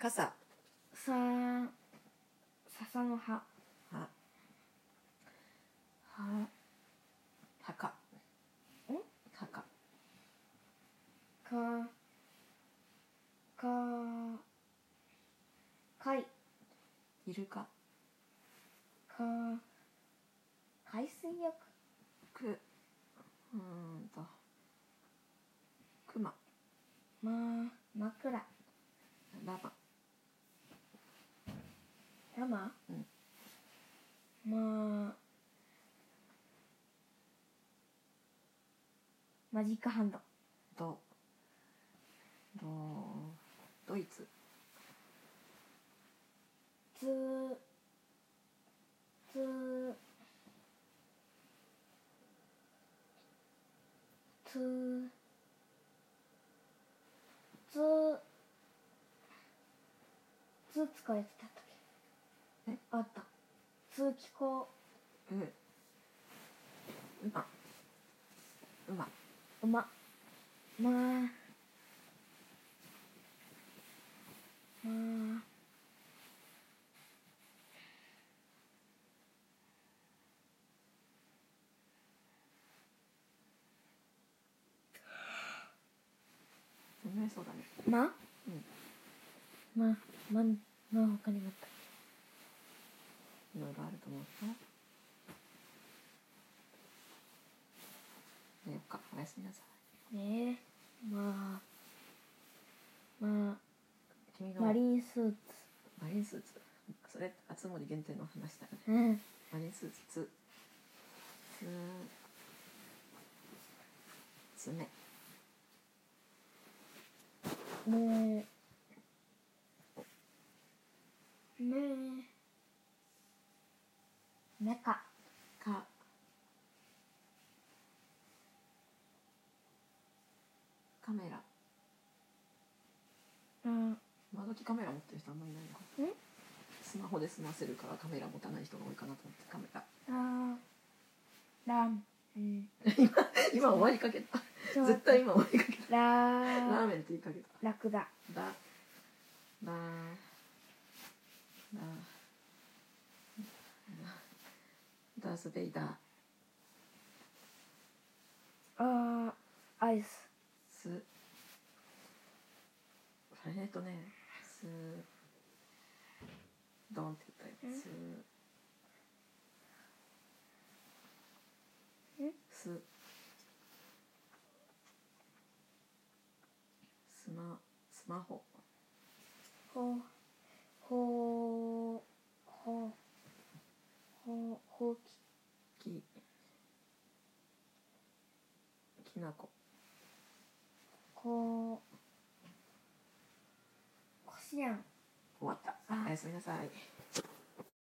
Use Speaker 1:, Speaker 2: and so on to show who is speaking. Speaker 1: 傘
Speaker 2: さん笹の葉
Speaker 1: は
Speaker 2: は
Speaker 1: 墓
Speaker 2: ん
Speaker 1: 墓
Speaker 2: かかかい
Speaker 1: イルカ
Speaker 2: か海水浴
Speaker 1: くうーんとクマ
Speaker 2: ま枕
Speaker 1: ラマ
Speaker 2: ラマ
Speaker 1: うん
Speaker 2: まあマジックハンド
Speaker 1: ドドドイツ
Speaker 2: つつつつつ使えてた時
Speaker 1: え
Speaker 2: あった通気口
Speaker 1: う馬馬
Speaker 2: うままあまあ
Speaker 1: 全然そうだね
Speaker 2: ま、
Speaker 1: うん
Speaker 2: ま、ま、ま、他にもあった。
Speaker 1: いろいろあると思うけど寝よっかおやすみなさい
Speaker 2: ねえ、まあ、ま
Speaker 1: 君
Speaker 2: あ、
Speaker 1: の
Speaker 2: マリンスーツ。
Speaker 1: マリンスーツそれ熱森限定の話だよね
Speaker 2: う
Speaker 1: マ
Speaker 2: ん、
Speaker 1: リンスーツつつ爪
Speaker 2: ねえ。ねえ。中。
Speaker 1: かカメラ
Speaker 2: うん、
Speaker 1: 今時カメラ持ってる人あんまりいないな
Speaker 2: え
Speaker 1: スマホで済ませるからカメラ持たない人が多いかなと思ってカメラ
Speaker 2: あーラーメン。うん。
Speaker 1: 今終わりかけた
Speaker 2: ちょっと待っ
Speaker 1: 絶
Speaker 2: て
Speaker 1: 対今終わりかけたラ
Speaker 2: ラ
Speaker 1: ー
Speaker 2: ー、
Speaker 1: メンって言いかけた
Speaker 2: ラクダ。
Speaker 1: だだだダース・ベイダー
Speaker 2: あー、アイス。
Speaker 1: すえっとねすドンって言ったよ
Speaker 2: ん
Speaker 1: すすスマスマホ
Speaker 2: ほほほほほう
Speaker 1: ききなこ
Speaker 2: ここしあん
Speaker 1: 終わった
Speaker 2: あ
Speaker 1: おやすみなさい